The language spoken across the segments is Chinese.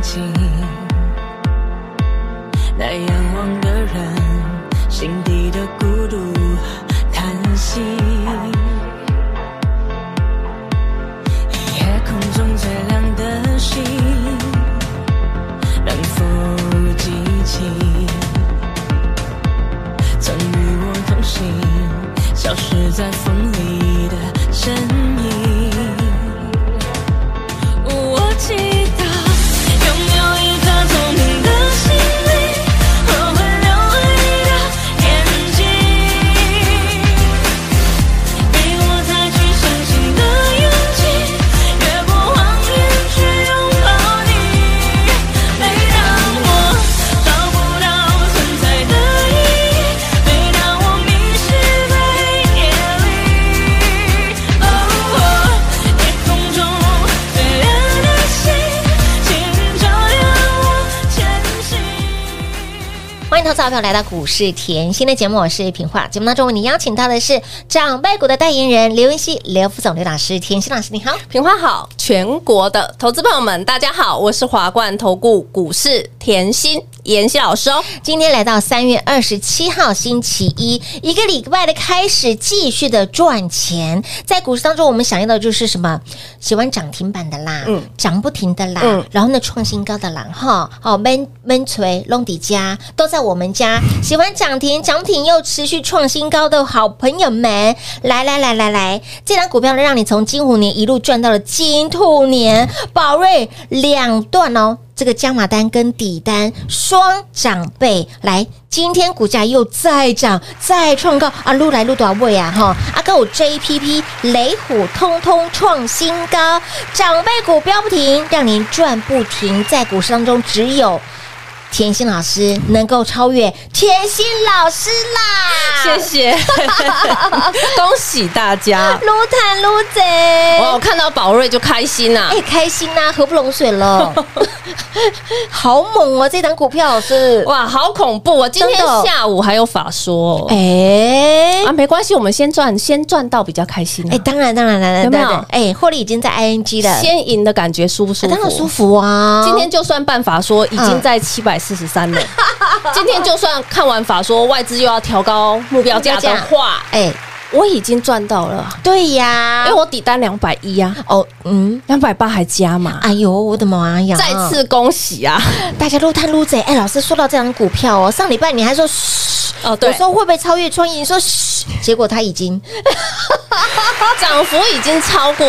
清？那仰望的人心底的孤独叹息。夜空中最亮的星，能否记起？曾与我同行，消失在风里的身影。我祈祷拥有一颗透明的心灵和会流泪的眼睛，给我再去相信的勇气，越过谎言去拥抱你。每当我找不到存在的意义，每当我迷失在夜里，哦，夜空中最亮的星，请照亮我前行。欢迎投资好朋友来到股市甜心的节目，我是平化。节目当中为你邀请到的是长辈股的代言人刘云熙、刘副总、刘老师、甜心老师，你好。平花好，全国的投资朋友们，大家好，我是华冠投顾股市甜心妍希老师哦。今天来到三月二十七号星期一，一个礼拜的开始，继续的赚钱。在股市当中，我们想要的就是什么？喜欢涨停板的啦，嗯涨不停的啦，嗯然后呢创新高的啦，哈，哦闷闷锤、弄底加都在我们家。喜欢涨停、涨停又持续创新高的好朋友们，来来来来来，这档股票呢，让你从金虎年一路赚到了金兔年，宝瑞两段哦。这个加码单跟底单双涨倍，来，今天股价又再涨再创高啊，撸来撸多少位啊哈，啊跟我 JPP 雷虎通通创新高，长辈股飙不停，让您赚不停，在股市当中只有。甜心老师能够超越甜心老师啦！谢谢， 恭喜 大家！撸坦撸贼，哇，我看到宝瑞就开心啊呐、哎、开心呐、合不拢水 了，好猛哦！这档股票是哇，好恐怖哦！今天真的哦下午还有法说、哦，哎、啊，没关系，我们先赚，先赚到比较开心、啊。哎、当然当然当然有没当有然，哎、获利已经在 ING 了，先赢的感觉舒不舒啊服？当然舒服啊。今天就算办法说已经在七百四十 三了，今天就算看完法说外资又要调高目标价的话，哎、我已经赚到了，对呀，因为我底单两百一啊，哦嗯，两百八还加嘛。哎呦我的妈呀！啊再次恭喜啊！大家撸探撸贼，哎、老师说到这档股票哦，上礼拜你还说嘘，哦对我说会不会超越创意？你说嘘，结果它已经涨幅已经超过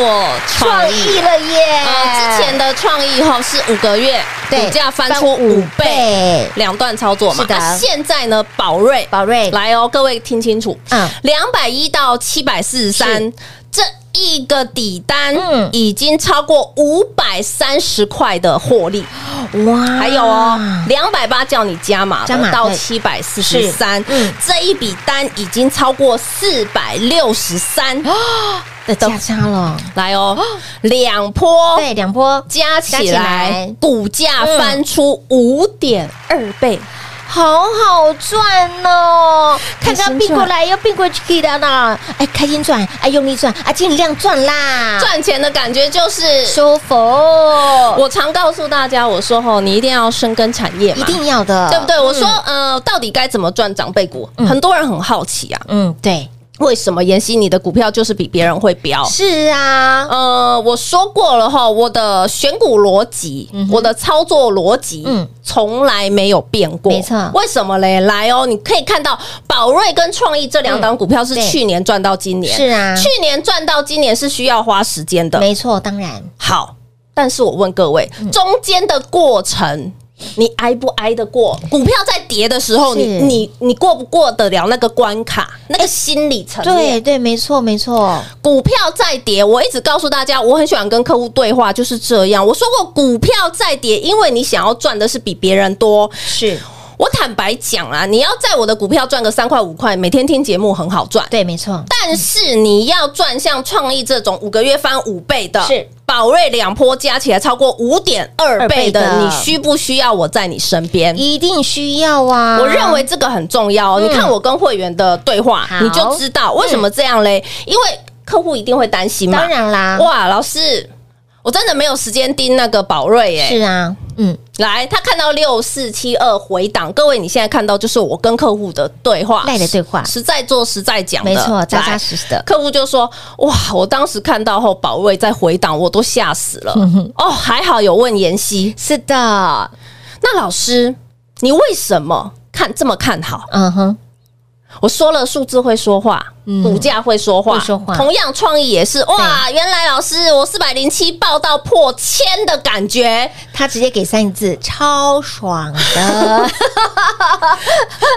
创创意意。了耶！呃，之前的创意哈是五个月对股价翻出五翻倍，倍，两段操作嘛。是的那现在呢，宝瑞宝瑞来哦，各位听清楚，嗯两百一到七百四是十三这一个底单，嗯已经超过五百三十块的获利。哇！还有哦，两百八叫你加码啊加码的到对七百四十三嗯，这一笔单已经超过四百六十三，哦的价差了，来哦，两波对，两波加加起起来嗯来，股价翻出五点二倍，好好赚哦！看开心看并过来又并过去的呢，哎，开心赚，哎，用力赚，啊，尽量赚啦，赚钱的感觉就是舒服，我常告诉大家，我说吼，你一定要深耕产业一嘛，定嗯要的，对不？对？我说，呃，到底该怎么赚长辈股？很多人很好奇啊，嗯，对，为什么妍希你的股票就是比别人会飙？是啊，呃，我说过了哈，我的选股逻辑，我的操作逻辑，嗯嗯，从来没有变过。没错为什么嘞？来哦，你可以看到宝瑞跟创意这两档股票是嗯对去年赚到今年，是啊去年赚到今年是需要花时间的。没错，当然嗯好，但是我问各位，中间的过程你挨不挨得过？股票在跌的时候，是哎你你你过不过得了那个关卡？那个心理层面。对对，没错没错，股票在跌，我一直告诉大家，我很喜欢跟客户对话，就是这样。我说过，股票在跌，因为你想要赚的是比别人多。是我坦白讲啊，你要在我的股票赚个三块五块，每天听节目很好赚。对，没错，但是你要赚像创意这种五个月翻五倍的，是宝瑞两波加起来超过五点二倍二倍的，的你需不需要我在你身边？一定需要啊。我认为这个很重要哦、嗯你看我跟会员的对话，好你就知道为什么这样嘞？因为客户一定会担心嘛当。然啦，哇，老师，我真的没有时间盯那个宝瑞耶、是啊，嗯，来，他看到六四七二回档，各位你现在看到就是我跟客户的对话，赖的对话实在做实在讲的，没错，扎扎来实实的，客户就说：“哇，我当时看到后保卫在回档，我都吓死 了。哦，还好有问妍希。是的，那老师，你为什么看这么看好？嗯哼，我说了，数字会说话，嗯股价会说话，会说话同样，创意也是。哇，原来老师我四百零七报到破千的感觉，他直接给三个字，超爽 的，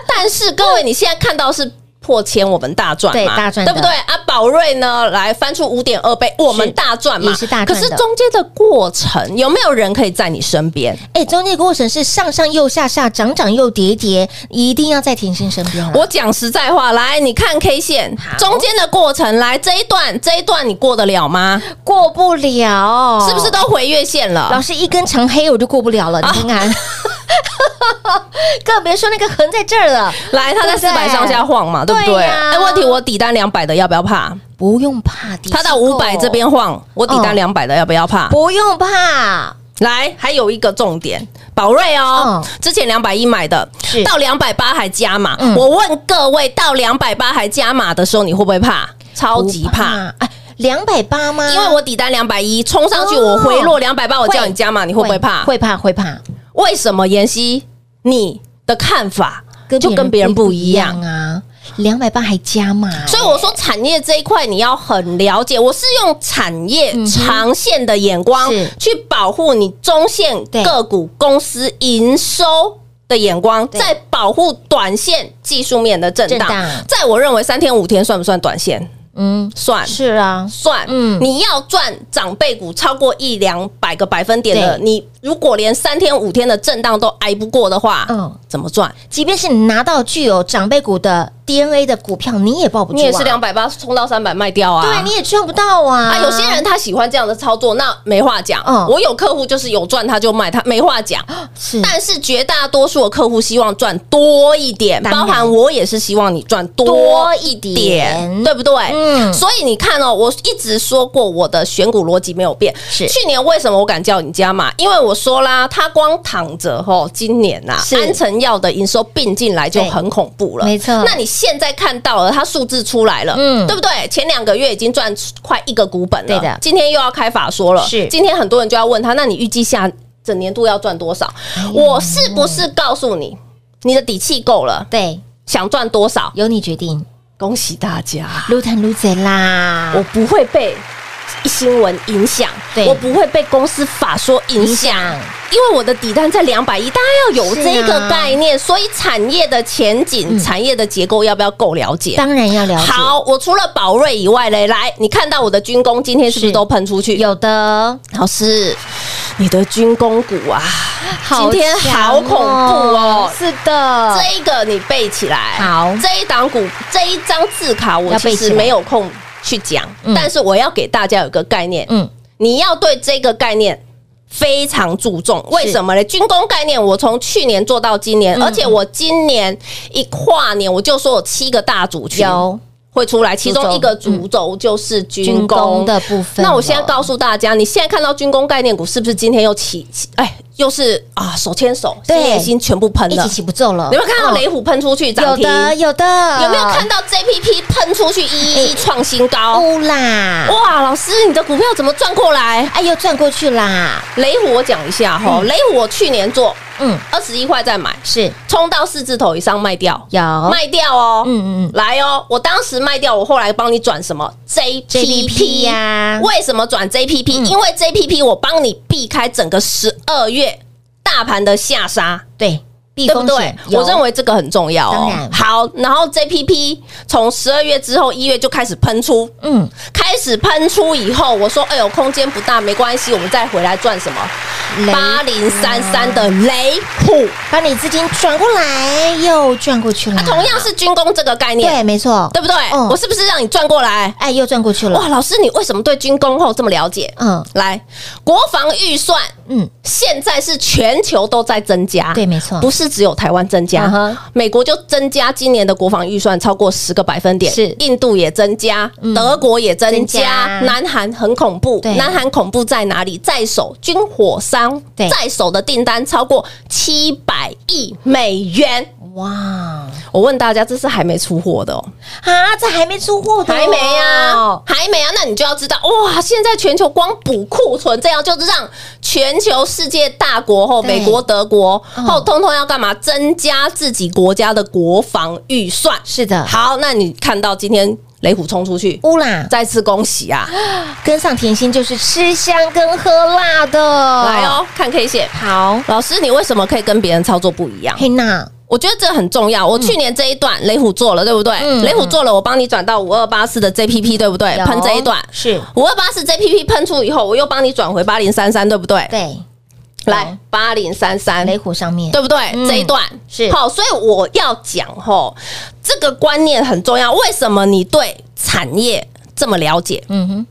但是各位，你现在看到是。”破千，我们大赚嘛，对大赚的对不对啊？宝瑞呢，来翻出五点二倍，我们大赚嘛，也是大赚的可是中间的过程，有没有人可以在你身边？哎，中间的过程是上上又下下，涨涨又跌跌，一定要在甜心身边了。啊我讲实在话，来，你看 K 线嗯好中间的过程，来这一段，这一段你过得了吗？过不了，是不是都回月线老了？师一根长黑我就过不了了？啊你看看，更别说那个横在这儿了，来，它在对四不对百上下晃嘛，对不对对？呀哎，问题我底单两百的要不要怕？不用怕的。它到五百这边晃，我底单两百的要不要怕？不用怕，来，还有一个重点，宝瑞哦嗯，之前两百一买的是，到两百八还加码嗯。我问各位，到两百八还加码的时候，你会不会怕？超级怕。哎，两百八吗？因为我底单两百一冲上去，哦我回落两百八，我叫你加码，你会不会怕？会怕，会怕，为什么妍希你的看法就跟别人不一样？啊！两百八还加码，所以我说产业这一块你要很了解，我是用产业长线的眼光嗯是去保护你中线对个股公司营收。的眼光对在保护短线技术面的震震荡荡，在我认为三天五天算不算短线？嗯，算，是啊，算，嗯你要赚长辈股超过一两百个百分点的，对你如果连三天五天的震荡都挨不过的话，嗯怎么赚？即便是你拿到具有长辈股的 DNA 的股票，你也抱不住、啊，你也是两百八冲到三百卖掉啊？对，你也赚不到啊。啊，有些人他喜欢这样的操作，那没话讲。嗯我有客户就是有赚他就卖，他没话讲。是，但是绝大多数的客户希望赚多一点，当然包含我也是希望你赚多多一一点点，对不对？嗯所以你看哦，我一直说过我的选股逻辑没有变。是去年为什么我敢叫你加码？因为我说啦，他光躺着吼，今年呐、是安诚药的营收并进来就很恐怖了，对没错那你现在看到了，它数字出来了，嗯嗯，对不对？前两个月已经赚快一个股本了，对的今天又要开法说了，是今天很多人就要问他，那你预计下整年度要赚多少？嗯我是不是告诉你，你的底气够了，对，想赚多少？由你决定，恭喜大家！撸贪撸贼啦。我不会被新闻影响，对我不会被公司法说影影响响，因为我的底单在两百一，大家要有是这啊嗯个概念，所以产业的前景、产业的结构要不要够了解？当然要了解，好，我除了宝瑞以外嘞，来，你看到我的军工今天是不是是都喷出去？有的老师，你的军工股啊，好今天强好恐怖哦是的，这一个你背起来，好这一档股这一张字卡，我要背其起实来没有空去讲，嗯但是我要给大家有一个概念，嗯，你要对这个概念非常注重。为什么呢？军工概念，我从去年做到今年，而且我今年一跨年，我就说我七个大主群有会出来，其中一个主轴就是军工。嗯的部分了。那我现在告诉大家，你现在看到军工概念股是不是今天又起？起哎，又是啊，手牵手，对心也心全部喷一了起。起不皱了，你有没有看到哦雷虎喷出去涨有停？的有的，哦有没有看到 JPP 喷出去一一创新高？乌哦啦？哇，老师，你的股票怎么转过来？哎呦，转过去啦，雷虎我讲一下哈，雷虎我去年做嗯，二十一块再买，是冲到四字头以上卖掉，有，卖掉哦，嗯嗯嗯来哦，我当时卖掉，我后来帮你转什么 JPP JPP 呀为什么转 JPP？、嗯因为 JPP 我帮你避开整个十二月大盘的下杀，对，避对不风对险？有，我认为这个很重要当哦然。好，然后 JPP 从十二月之后，一月就开始喷出，嗯，开始喷出以后，我说：“哎呦，空间不大，没关系，我们再回来赚什么雷嗯八零三三的雷虎。把你资金转过来又转过去了，啊，同样是军工这个概念，对，没错，对不对？嗯我是不是让你转过来？哎，又转过去哇，了，老师，你为什么对军工后这么了解？嗯来，国防预算嗯，现在是全球都在增加，对，没错，不是只有台湾增加嗯哼美国就增加今年的国防预算超过十个百分点，是嗯印度也增加，德国也增增加，加南韩很恐怖对，南韩恐怖在哪里？在手军火商对在手的订单超过七百亿美元，哇，我问大家，这是还没出货的哦，啊，这还没出货的哦，还没啊，还没啊，那你就要知道，哇，现在全球光补库存，这样就是让全球世界大国后，对美国、德国嗯后，通通要干嘛？增加自己国家的国防预算。是的，好，那你看到今天雷虎冲出去，乌啦，再次恭喜啊！跟上甜心就是吃香跟喝辣的，来，哦，看 K 线。好，老师，你为什么可以跟别人操作不一样？黑娜，我觉得这很重要。我去年这一段雷虎做了，对不对？嗯雷虎做了，我帮你转到五二八四的 JPP，对不对？有哎喷这一段是五二八四 JPP 喷出以后，我又帮你转回八零三三，对不对？对来八零三三，雷虎上面，嗯对不对？嗯这一段是好，所以我要讲吼，这个观念很重要。为什么你对产业这么了解？嗯哼，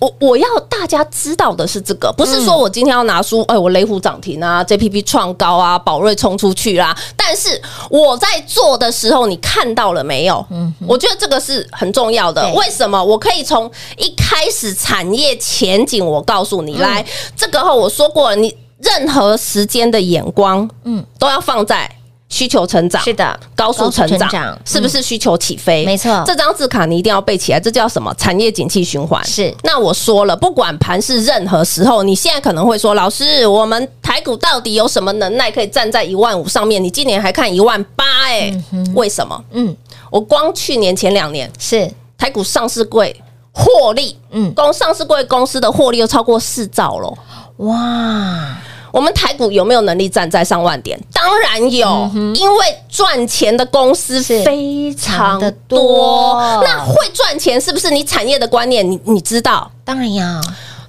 我我要大家知道的是这个，不是说我今天要拿出，哎，我雷虎涨停啊，JPP 创高啊，宝瑞冲出去啦、啊但是我在做的时候，你看到了没有？嗯，我觉得这个是很重要的对。为什么？我可以从一开始产业前景，我告诉你，嗯来，这个后我说过了，你任何时间的眼光，嗯嗯，都要放在需求成长。是的，高速高速成长成长嗯是不是需求起飞？没错这张字卡你一定要背起来，这叫什么？产业景气循环。嗯是那我说了，不管盘是任何时候，你现在可能会说，老师，我们台股到底有什么能耐可以站在一万五上面？你今年还看一万八、欸？哎、为什么？嗯，我光去年前两年是台股上市柜获利，嗯嗯，公上市柜公司的获利又超过四兆了。哇，我们台股有没有能力站在上万点？当然有，嗯因为赚钱的公司是非常常的的多多。那会赚钱是不是你产业的观念？你你知道？当然要，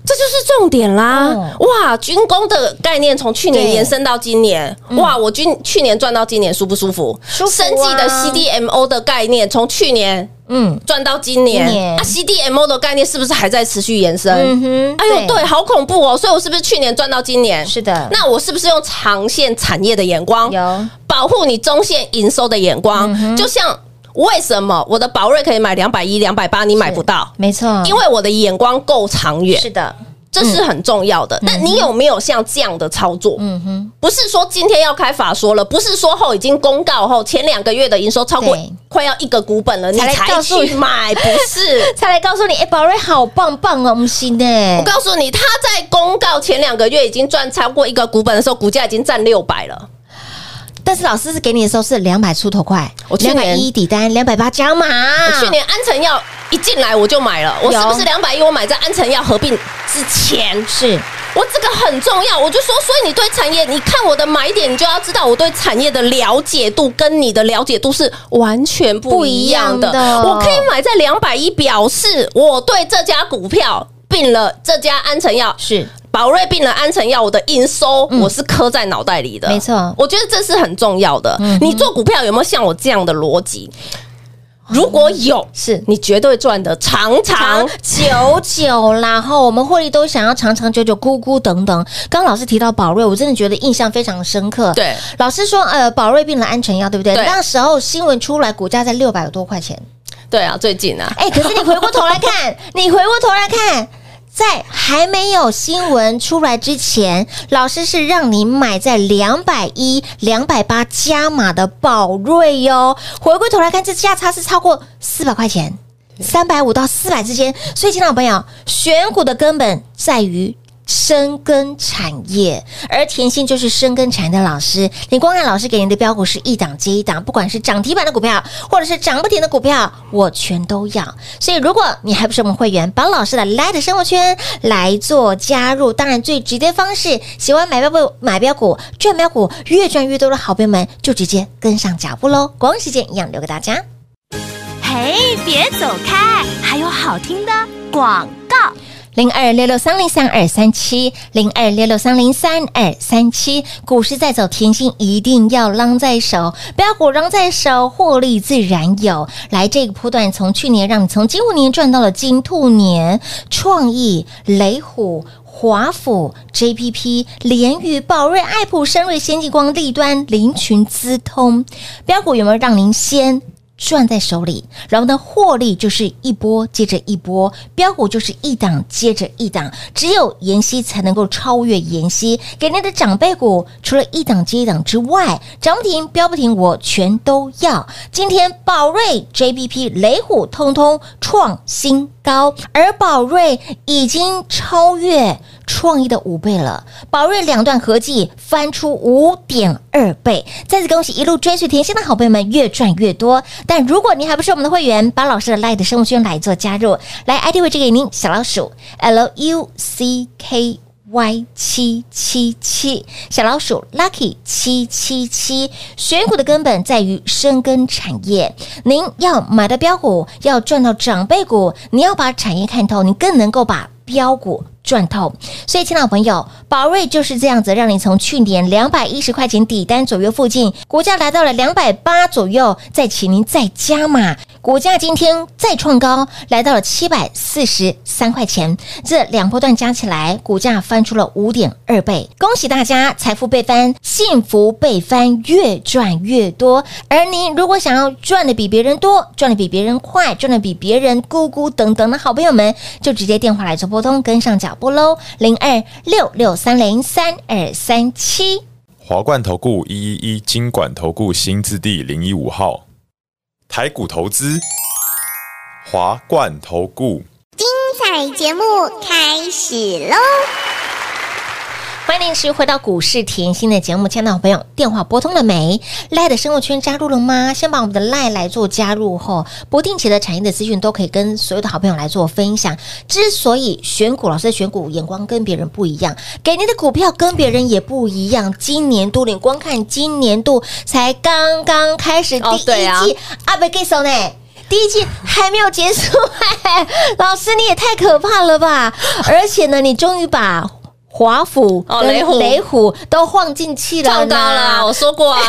这就是重点啦！哦哇，军工的概念从去年对嗯延伸到今年，哇，我军去年赚到今年舒不舒服？舒服啊生计的 CDMO 的概念从去年嗯赚到今年，今年啊，CDMO 的概念是不是还在持续延伸？嗯哼，哎呦，对，，好恐怖哦！所以我是不是去年赚到今年？是的，那我是不是用长线产业的眼光，有嗯保护你中线营收的眼光？就像为什么我的宝瑞可以买两百一、两百八，你买不到？没错，因为我的眼光够长远，嗯是的，这是很重要的。那你有没有像这样的操作？嗯哼，不是说今天要开法说了，不是说后已经公告后前两个月的营收超过对快要一个股本了，你才来告才诉去 买，不是？才来告诉你，哎，宝瑞好棒棒哦，不行呢，我告诉你，他在公告前两个月已经赚超过一个股本的时候，股价已经占六百了。但是老师是给你的时候是两百出头块，我去两百年一底单，两百八加码。我去年安诚药一进来我就买了，我是不是两百一？我买在安诚药合并之前，是我这个很重要。我就说，所以你对产业，你看我的买点，你就要知道我对产业的了解度跟你的了解度是完全不一样的。不一样的我可以买在两百一，表示我对这家股票并了这家安诚药是，宝瑞病了安神药，我的营收嗯我是刻在脑袋里的，没错我觉得这是很重要的。你做股票有没有像我这样的逻辑？如果有，是你绝对赚的长长长久久啦，然后我们获利都想要长长久久、咕咕等等。刚刚老师提到宝瑞，我真的觉得印象非常深刻。，对。老师说，呃，宝瑞病了安全药，对不对？对那时候新闻出来，股价在六百多块钱。对啊，最近啊，哎，可是你回过头来看，你回过头来看。在还没有新闻出来之前，老师是让你买在两百一、两百八加码的宝瑞哟。回过头来看，这价差是超过四百块钱，三百五到四百之间。所以，亲爱的朋友，选股的根本在于深耕产业，而甜心就是深耕产业的老师。你光看老师给你的标股是一档接一档，不管是涨停板的股票，或者是涨不停的股票，我全都要。所以，如果你还不是我们会员，把老师的 Light 生活圈来做加入。当然，最直接方式，喜欢买标股、买标股、赚标股，越赚越多的好朋友们，就直接跟上脚步喽。广告时间一样留给大家。嘿，别走开，还有好听的广告。零二六六三零三二三七，零二六六三零三二三七，股市在走，甜心一定要浪在手，标股浪在手，获利自然有。来这个波段，从去年让你从金虎年赚到了金兔年，创意、雷虎。华府、JPP、联宇、宝瑞、爱普、深瑞、先进光、立端、林群、资通，标股有没有让您先赚在手里，然后呢，获利就是一波接着一波，标股就是一档接着一档，只有妍希才能够超越妍希。给你的长辈股，除了一档接一档之外，涨不停、标不停，我全都要。今天宝瑞、JBP、雷虎通通创新高，而宝瑞已经超越创意的五倍了。宝瑞两段合计翻出五点二倍。再次恭喜一路追随甜心的好朋友们，越赚越多。但如果您还不是我们的会员，把老师的 l i g e 生物圈来做加入，来 ID 位置给您小老鼠 L U C K。Y 七七七小老鼠 Lucky 七七七，选股的根本在于深耕产业。您要买的标股，要赚到长辈股，你要把产业看透，你更能够把标股赚透。所以，亲爱的朋友，宝瑞就是这样子，让你从去年两百一十块钱底单左右附近，股价来到了两百八左右，再请您再加码，股价今天再创高，来到了七百四十三块钱。这两波段加起来，股价翻出了五点二倍，恭喜大家，财富倍翻，幸福倍翻，越赚越多。而您如果想要赚的比别人多，赚的比别人快，赚的比别人咕咕等等的好朋友们，就直接电话来做拨通，跟上脚步喽，零二六六三零三二三七。华冠投顾一一一金管投顾新字第零一五号，台股投资，华冠投顾。彩节目开始喽！欢迎是回到股市甜心的节目，亲爱的好朋友，电话拨通了没？赖的生活圈加入了吗？先把我们的赖来做加入后，不定期的产业的资讯都可以跟所有的好朋友来做分享。之所以选股老师的选股眼光跟别人不一样，给您的股票跟别人也不一样。今年度你光看今年度才刚刚开始第一哦对啊季，阿贝给手呢？第一季还没有结束、 嘿嘿老师你也太可怕了吧！而且呢，你终于把华府哦跟雷虎雷虎都晃进去了呢，创高 啦，我说过 啊，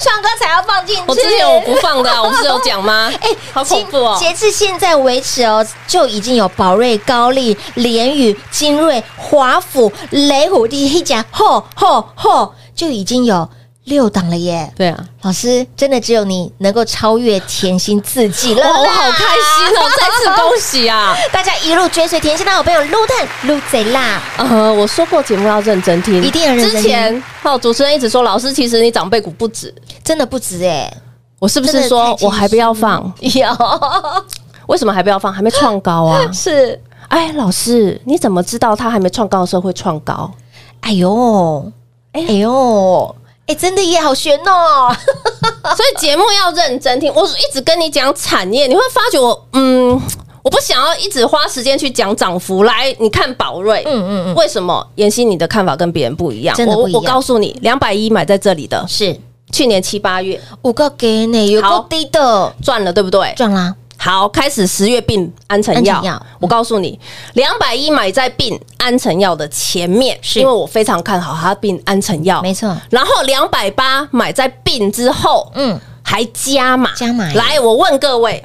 创高才要放进去。我之前我不放的啊，我不是有讲 吗？哎，好恐怖哦今！截至现在为止哦，就已经有宝瑞、高丽、联宇、精锐、华府、雷虎第一家，吼吼吼，就已经有六档了耶！对啊，老师，真的只有你能够超越甜心自己了哇，啦，我好开心 哦！再次 恭喜啊！大家一路追随甜心的好朋友陆探陆贼啦，呃，我说过节目要认真听，一定要认真听之前哦，主持人一直说，老师其实你长辈股不止，真的不止哎、我是不真的是太说谦虚我还不要放？ 有！为什么还不要放？还没创高啊 是，哎，老师，你怎么知道它还没创高的时候会创高？哎呦，哎呦，哎，真的也好悬哦， 所以节目要认真听。我一直跟你讲产业，你会发觉我，嗯，我不想要一直花时间去讲涨幅。来，你看宝瑞，嗯嗯嗯，为什么？妍希，你的看法跟别人不一样。真的我不一样我告诉你，两百一买在这里的，是去年七八月五个给你，有够低的，赚了，对不对？赚啦，好，开始十月并嗯安诚安药诚药。我告诉你，两百一买在并安诚药的前面，是因为我非常看好它并安诚药，没错然后两百八买在并之后，嗯，还加码，加码来，我问各位，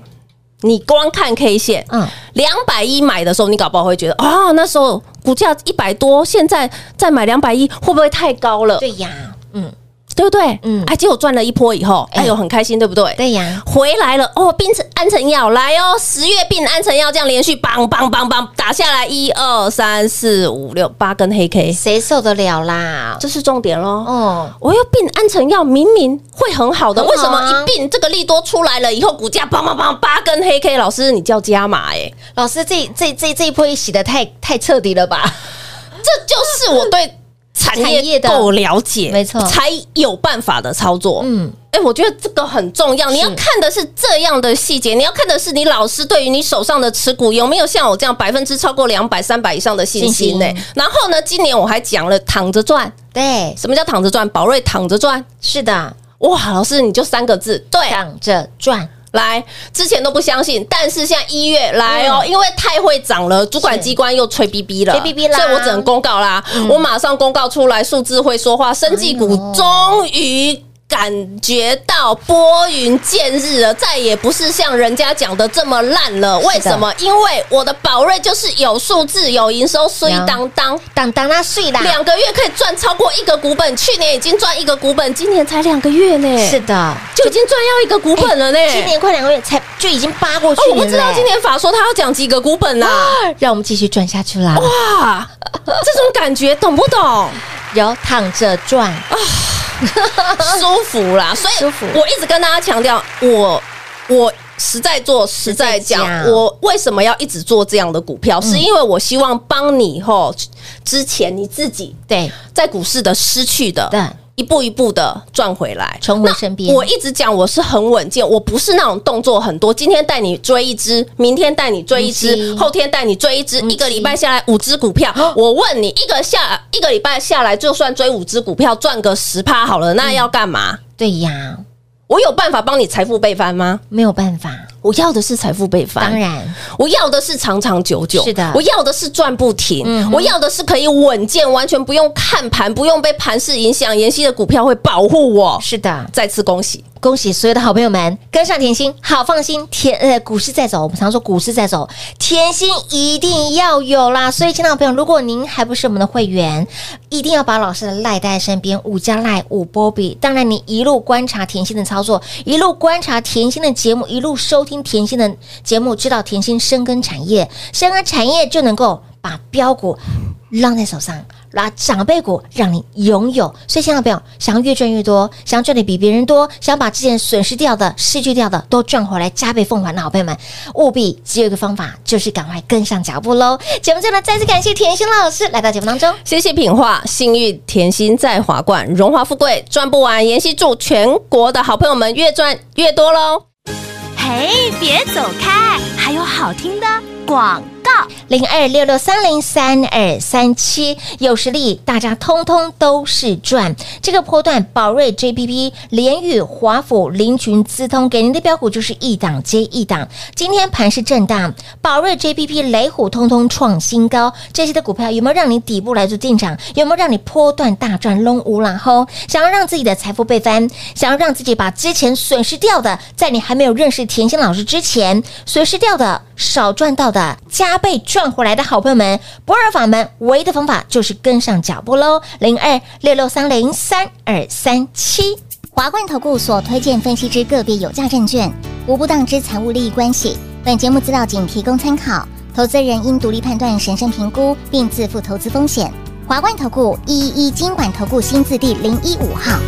你光看 K 线，嗯，两百一买的时候，你搞不好会觉得，哦，那时候股价一百多，现在再买两百一，会不会太高了？对呀，嗯，对不对？嗯哎，结果赚了一波以后，哎哎呦，很开心，对不对？对呀，回来了哦，病成安神药来哦，十月病安神药这样连续梆梆梆梆打下来，一二三四五六八根黑 K，谁受得了啦？这是重点喽。哦，我要病安神药，明明会很好的，很好啊为什么一病这个利多出来了以后，股价梆梆梆八根黑 K？老师，你叫加码哎、老师这这这这一波也洗的太太彻底了吧？这就是我对产产业业的够了解，没错才有办法的操作。嗯，哎、我觉得这个很重要。你要是看的是这样的细节，你要看的是你老师对于你手上的持股有没有像我这样百分之超过两百、三百以上的信信心心呢、然后呢，今年我还讲了躺着赚，对，什么叫躺着赚？宝瑞躺着赚，是的，哇，老师你就三个字，对，躺着赚，来，之前都不相信，但是现在一月来哦，因为太会涨了，主管机关又吹逼逼了，嗯吹逼逼啦嗯所以我只能公告啦，我马上公告出来，数字会说话，生技股终于。感觉到拨云见日了，再也不是像人家讲的这么烂了。为什么？因为我的宝瑞就是有数字、有营收，所以有当当当当那碎啦，两个月可以赚超过一个股本。去年已经赚一个股本，今年才两个月呢，是的，就已经赚要一个股本了呢。今年快两个月才就已经扒过去哦，我年不知道嘞今年法说他要讲几个股本啦、让我们继续赚下去啦，啊，这种感觉懂不 懂？有躺着赚，啊舒服啦，所以舒服我一直跟大家强调，我我。实在做，实在讲实在，讲嗯我为什么要一直做这样的股票？是因为我希望帮你吼，之前你自己对，在股市的失去的，对一步一步的赚回来，重回身边那我一直讲我是很稳健，我不是那种动作很多，今天带你追一只，明天带你追嗯一只，是后天带你追一只，嗯一个是礼拜下来五只股票。我问你，一个下一个礼拜下来，就算追五只股票赚个十趴好了，那要干嘛？对呀，我有办法帮你财富倍翻吗？没有办法，我要的是财富倍翻，当然我要的是长长久久，是的我要的是赚不停，嗯哼我要的是可以稳健，完全不用看盘，不用被盘势影响。妍希的股票会保护我。是的，再次恭喜，恭喜所有的好朋友们，跟上甜心，好放心。甜呃，股市在走，我们常说股市在走，甜心一定要有啦。所以，亲爱的朋友，如果您还不是我们的会员，一定要把老师的赖带在身边，五加赖五波比。当然，你一路观察甜心的操作，一路观察甜心的节目，一路收听甜心的节目，知道甜心深耕产业，深耕产业就能够把标股浪在手上，把长辈股让你拥有。所以，千万不要想要越赚越多，想要赚的比别人多，想把之前损失掉的、失去掉的都赚回来，加倍奉还的好朋友们，务必只有一个方法，就是赶快跟上脚步喽！节目最后呢，再次感谢甜心老师来到节目当中。谢谢品画，幸运甜心在华冠，荣华富贵赚不完。妍希祝全国的好朋友们越赚越多喽！嘿，别走开，还有好听的广告。零二六六三零三二三七，有实力，大家通通都是赚。这个波段，宝瑞 JPP、联宇、华府、林群、资通给您的标股就是一档接一档。今天盘是震荡，宝瑞 JPP、雷虎通通创新高，这些的股票有没有让你底部来做进场？有没有让你波段大赚龙无然后想要让自己的财富倍翻，想要让自己把之前损失掉的，在你还没有认识甜心老师之前，损失掉的、少赚到的、加倍赚回来的好朋友们，不二法门唯一的方法就是跟上脚步喽。零二六六三零三二三七。华冠投顾所推荐分析之个别有价证券，无不当之财务利益关系。本节目资料仅提供参考，投资人应独立判断、审慎评估，并自负投资风险。华冠投顾一一一金管投顾新字第零一五号。